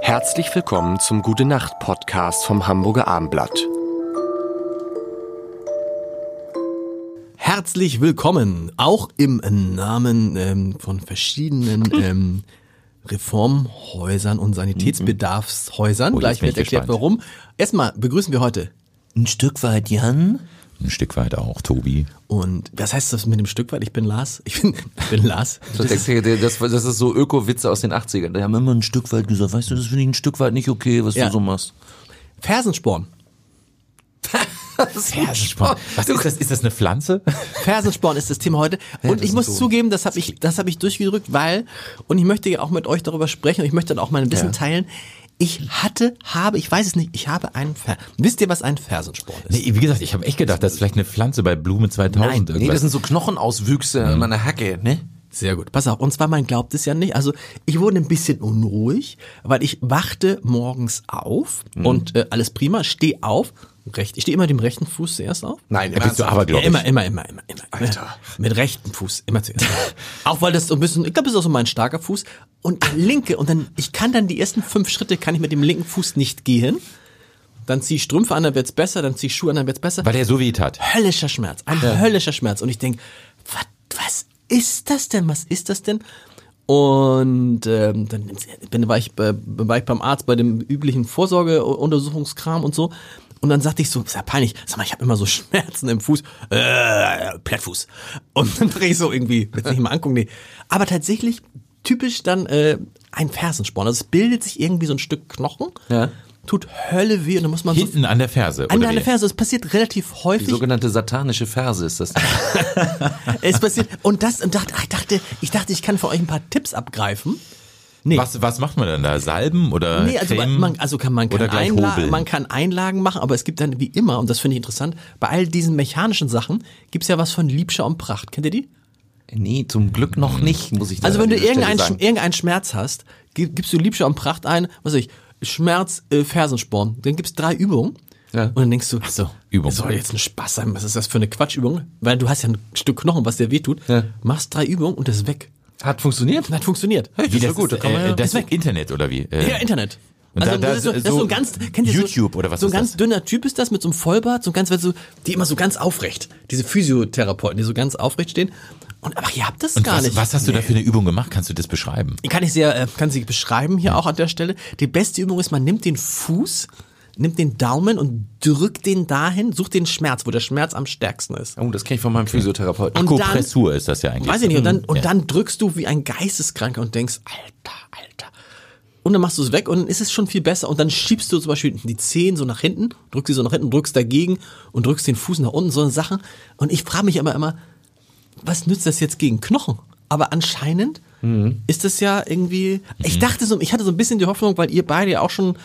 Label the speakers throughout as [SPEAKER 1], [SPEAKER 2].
[SPEAKER 1] Herzlich willkommen zum Gute Nacht Podcast vom Hamburger Armblatt.
[SPEAKER 2] Herzlich willkommen, auch im Namen ähm, von verschiedenen ähm, Reformhäusern und Sanitätsbedarfshäusern.
[SPEAKER 3] Oh, jetzt
[SPEAKER 2] Gleich
[SPEAKER 3] bin
[SPEAKER 2] wird
[SPEAKER 3] ich
[SPEAKER 2] erklärt,
[SPEAKER 3] gespannt.
[SPEAKER 2] warum. Erstmal begrüßen wir heute ein Stück weit Jan.
[SPEAKER 3] Ein Stück weit auch, Tobi.
[SPEAKER 2] Und was heißt das mit dem Stück weit? Ich bin Lars. Ich bin, ich bin Lars.
[SPEAKER 3] Das, das, das ist so Öko-Witze aus den 80ern. Die haben immer ein Stück weit gesagt, weißt du, das finde ich ein Stück weit nicht okay, was
[SPEAKER 2] Ja.
[SPEAKER 3] du so machst.
[SPEAKER 2] Fersensporn.
[SPEAKER 4] Also,
[SPEAKER 2] Fersensporn.
[SPEAKER 4] Was ist das? Ist das eine Pflanze?
[SPEAKER 2] Fersensporn ist das Thema heute. Und
[SPEAKER 3] das
[SPEAKER 2] ich
[SPEAKER 3] ist
[SPEAKER 2] muss
[SPEAKER 3] doof.
[SPEAKER 2] zugeben, das habe ich, das hab ich durchgedrückt, weil, und ich möchte ja auch mit euch darüber sprechen und ich möchte dann auch mein Wissen
[SPEAKER 3] Ja.
[SPEAKER 2] teilen. Ich hatte, habe, ich weiß es nicht, ich habe einen Fer Wisst ihr, was ein Fersensporn ist?
[SPEAKER 4] Nee, wie gesagt, ich habe echt gedacht, das ist vielleicht eine Pflanze bei Blume 2000
[SPEAKER 2] Nein,
[SPEAKER 4] irgendwas.
[SPEAKER 3] Nee, das sind so Knochenauswüchse an meiner Hacke, ne?
[SPEAKER 2] Sehr gut. Pass auf, und zwar, man glaubt es ja nicht. Also, ich wurde ein bisschen unruhig, weil ich wachte morgens auf
[SPEAKER 3] Mhm.
[SPEAKER 2] und äh, alles prima, stehe auf. Recht, ich stehe immer mit dem rechten Fuß zuerst auf.
[SPEAKER 3] Nein,
[SPEAKER 4] bist du
[SPEAKER 2] Ja,
[SPEAKER 4] abergläubisch.
[SPEAKER 2] immer, immer, immer, immer, immer.
[SPEAKER 3] Alter.
[SPEAKER 2] Mit rechten Fuß, immer zuerst. auch weil das so ein bisschen, ich glaube, es ist auch so mein starker Fuß. Und der linke, und dann, ich kann dann die ersten fünf Schritte, kann ich mit dem linken Fuß nicht gehen. Dann zieh ich Strümpfe an, dann wird's besser, dann zieh ich Schuhe an, dann wird's besser.
[SPEAKER 4] Weil der so weh tat.
[SPEAKER 2] höllischer Schmerz, ein höllischer Schmerz. Und ich denk, was, was ist das denn? Was ist das denn? Und ähm, dann nimmt's- bin, war, ich, bei- war ich beim Arzt bei dem üblichen Vorsorgeuntersuchungskram und so. Und dann sagte ich so, ist ja peinlich, sag mal, ich habe immer so Schmerzen im Fuß, äh, Plattfuß. Und dann dachte ich so irgendwie, willst du nicht mal angucken, nee. Aber tatsächlich typisch dann äh, ein Fersensporn. Also es bildet sich irgendwie so ein Stück Knochen,
[SPEAKER 3] Ja.
[SPEAKER 2] tut Hölle weh und dann muss man so
[SPEAKER 4] Hinten an der Ferse.
[SPEAKER 2] an
[SPEAKER 4] oder
[SPEAKER 2] deine
[SPEAKER 4] wie?
[SPEAKER 2] Ferse, das passiert relativ
[SPEAKER 3] Die
[SPEAKER 2] häufig.
[SPEAKER 3] sogenannte satanische Ferse ist das.
[SPEAKER 2] Es passiert. Und das, und dachte, ich dachte, ich dachte, ich kann von euch ein paar Tipps abgreifen.
[SPEAKER 3] Äh,
[SPEAKER 2] Nee.
[SPEAKER 4] Was, was macht man denn da? Salben oder
[SPEAKER 2] Nee, also
[SPEAKER 4] Creme?
[SPEAKER 2] man, also kann man kann,
[SPEAKER 4] oder gleich
[SPEAKER 2] Einlagen,
[SPEAKER 4] hobeln?
[SPEAKER 2] man kann Einlagen machen, aber es gibt dann wie immer, und das finde ich interessant, bei all diesen mechanischen Sachen gibt's ja was von Liebscher und Pracht. Kennt ihr die?
[SPEAKER 3] nee, zum Glück noch nicht, muss ich da
[SPEAKER 2] Also wenn
[SPEAKER 3] an
[SPEAKER 2] du
[SPEAKER 3] dieser Stelle
[SPEAKER 2] irgendeinen Sch
[SPEAKER 3] sagen.
[SPEAKER 2] irgendeinen Schmerz hast, gib- gibst du Liebscher und Pracht ein, was weiß ich, Schmerz, äh, Fersensporn. Dann gibt's drei Übungen.
[SPEAKER 3] Ja.
[SPEAKER 2] Und dann denkst du, so,
[SPEAKER 4] Übung.
[SPEAKER 2] soll jetzt ein Spaß sein, was ist das für eine Quatschübung? Weil du hast ja ein Stück Knochen, was dir wehtut.
[SPEAKER 3] Ja.
[SPEAKER 2] Machst drei Übungen und das ist weg.
[SPEAKER 3] Hat funktioniert?
[SPEAKER 2] Das hat funktioniert.
[SPEAKER 4] Wie, das
[SPEAKER 3] ja gut, da kann man
[SPEAKER 4] äh,
[SPEAKER 3] ja-
[SPEAKER 4] das ist Internet oder wie? Äh,
[SPEAKER 2] Ja, Internet.
[SPEAKER 4] Und
[SPEAKER 2] also,
[SPEAKER 4] da-
[SPEAKER 2] das, ist so, das ist so ein ganz, kennt ihr
[SPEAKER 4] YouTube
[SPEAKER 2] so,
[SPEAKER 4] oder was
[SPEAKER 2] so ein
[SPEAKER 4] ist
[SPEAKER 2] ganz
[SPEAKER 4] das?
[SPEAKER 2] dünner Typ ist das mit so einem Vollbart, so ein ganz, weil so, die immer so ganz aufrecht, diese Physiotherapeuten, die so ganz aufrecht stehen. Und aber ihr habt das
[SPEAKER 4] Und
[SPEAKER 2] gar
[SPEAKER 4] was,
[SPEAKER 2] nicht.
[SPEAKER 4] was hast du da für eine Übung gemacht? Kannst du das beschreiben?
[SPEAKER 2] Ich kann ich sehr, äh, kann sie beschreiben hier auch an der Stelle. Die beste Übung ist, man nimmt den Fuß, nimmt den Daumen und drückt den dahin, sucht den Schmerz, wo der Schmerz am stärksten ist.
[SPEAKER 3] Oh, das kenne ich von meinem Physiotherapeuten.
[SPEAKER 2] Und dann-
[SPEAKER 4] Akupressur ist das ja eigentlich. Hm.
[SPEAKER 2] Weiß ich nicht. Und dann, und
[SPEAKER 4] Ja.
[SPEAKER 2] dann drückst du wie ein Geisteskranker und denkst, Alter, Alter. Und dann machst du es weg und dann ist es schon viel besser. Und dann schiebst du zum Beispiel die Zehen so nach hinten, drückst sie so nach hinten, drückst dagegen und drückst den Fuß nach unten, so eine Sachen. Und ich frage mich immer, immer, was nützt das jetzt gegen Knochen? Aber anscheinend
[SPEAKER 4] Mhm.
[SPEAKER 2] ist das ja irgendwie. Ich dachte so, ich hatte so ein bisschen die Hoffnung, weil ihr beide ja auch schon,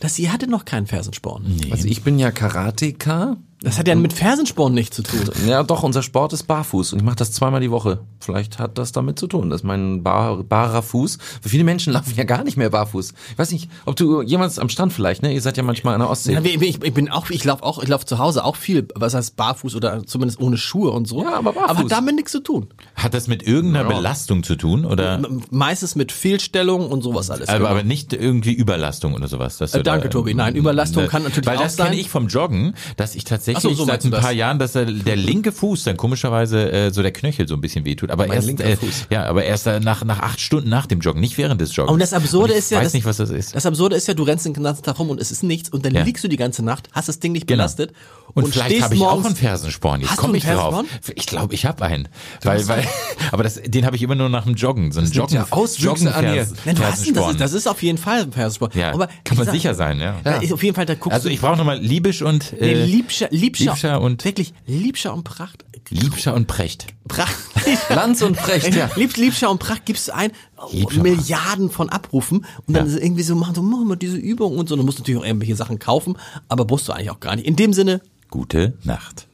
[SPEAKER 2] dass ihr hatte noch keinen Fersensporn.
[SPEAKER 3] also ich bin ja Karateka.
[SPEAKER 2] Das hat ja mit Fersensporn nichts zu tun.
[SPEAKER 3] Ja, doch, unser Sport ist barfuß und ich mache das zweimal die Woche. Vielleicht hat das damit zu tun, dass mein bar, barer Fuß, weil viele Menschen laufen ja gar nicht mehr barfuß. Ich weiß nicht, ob du jemals am Strand vielleicht, ne? Ihr seid ja manchmal an der Ostsee.
[SPEAKER 2] Ja, ich, ich bin auch, ich laufe auch, ich laufe zu Hause auch viel, was heißt barfuß oder zumindest ohne Schuhe und so.
[SPEAKER 3] Ja, aber barfuß.
[SPEAKER 2] Aber hat damit nichts zu tun.
[SPEAKER 4] Hat das mit irgendeiner
[SPEAKER 3] Ja.
[SPEAKER 4] Belastung zu tun? Oder?
[SPEAKER 2] M- Meistens mit Fehlstellung und sowas alles. genau.
[SPEAKER 4] Aber, aber nicht irgendwie Überlastung oder sowas. Dass du
[SPEAKER 2] Äh, danke,
[SPEAKER 4] da, ne
[SPEAKER 2] Tobi. Nein, Überlastung kann natürlich
[SPEAKER 4] weil
[SPEAKER 2] auch
[SPEAKER 4] das
[SPEAKER 2] sein.
[SPEAKER 4] kenne ich vom Joggen, dass ich tatsächlich
[SPEAKER 2] Ach so, so
[SPEAKER 4] seit
[SPEAKER 2] meinst du
[SPEAKER 4] ein paar
[SPEAKER 2] das.
[SPEAKER 4] Jahren, dass der, der linke Fuß dann komischerweise äh, so der Knöchel so ein bisschen wehtut. Aber erst,
[SPEAKER 3] linker
[SPEAKER 4] äh,
[SPEAKER 3] Fuß.
[SPEAKER 4] ja, aber erst äh, nach, nach acht Stunden nach dem Joggen, nicht während des Joggens.
[SPEAKER 2] Und das Absurde
[SPEAKER 4] ich
[SPEAKER 2] ist ja,
[SPEAKER 4] weiß
[SPEAKER 2] dass-
[SPEAKER 4] nicht, was das ist.
[SPEAKER 2] Das Absurde ist ja, du rennst den ganzen Tag rum und es ist nichts und dann
[SPEAKER 4] Ja.
[SPEAKER 2] liegst du die ganze Nacht, hast das Ding nicht
[SPEAKER 4] Genau.
[SPEAKER 2] belastet
[SPEAKER 4] Und, vielleicht
[SPEAKER 2] stehst
[SPEAKER 4] habe ich auch
[SPEAKER 2] morgens-
[SPEAKER 4] einen Fersensporn. Jetzt
[SPEAKER 2] Hast
[SPEAKER 4] komme
[SPEAKER 2] du
[SPEAKER 4] ich
[SPEAKER 2] einen
[SPEAKER 4] drauf. Ich glaube, ich habe einen. Weil, weil, aber das, den habe ich immer nur nach dem Joggen. So einen
[SPEAKER 3] nimmt
[SPEAKER 4] Joggen.
[SPEAKER 3] ja Auswüchse an dir.
[SPEAKER 4] Joggenfers-
[SPEAKER 2] Nein, du hast ihn, das
[SPEAKER 4] Fersensporn.
[SPEAKER 2] ist, das ist auf jeden Fall ein Fersensporn.
[SPEAKER 4] ja,
[SPEAKER 2] aber
[SPEAKER 4] kann man
[SPEAKER 2] ich sag-
[SPEAKER 4] sicher sein, ja.
[SPEAKER 2] da Ist auf jeden Fall, da guckst
[SPEAKER 4] Also
[SPEAKER 2] du.
[SPEAKER 4] ich brauche nochmal Liebisch und
[SPEAKER 2] Nee,
[SPEAKER 4] äh,
[SPEAKER 2] Liebscher, Liebscher,
[SPEAKER 4] Liebscher und-
[SPEAKER 2] wirklich Liebscher und Pracht.
[SPEAKER 4] Liebscher und Precht.
[SPEAKER 2] Pracht.
[SPEAKER 3] Lanz und Precht, ja.
[SPEAKER 2] Lieb, Liebscher und Pracht gibst du ein, oh,
[SPEAKER 4] Liebscher und
[SPEAKER 2] Milliarden von Abrufen und dann
[SPEAKER 4] Ja.
[SPEAKER 2] ist es irgendwie so machen, so machen wir diese Übung und so. Du musst natürlich auch irgendwelche Sachen kaufen, aber musst du eigentlich auch gar nicht. In dem Sinne,
[SPEAKER 4] Gute Nacht.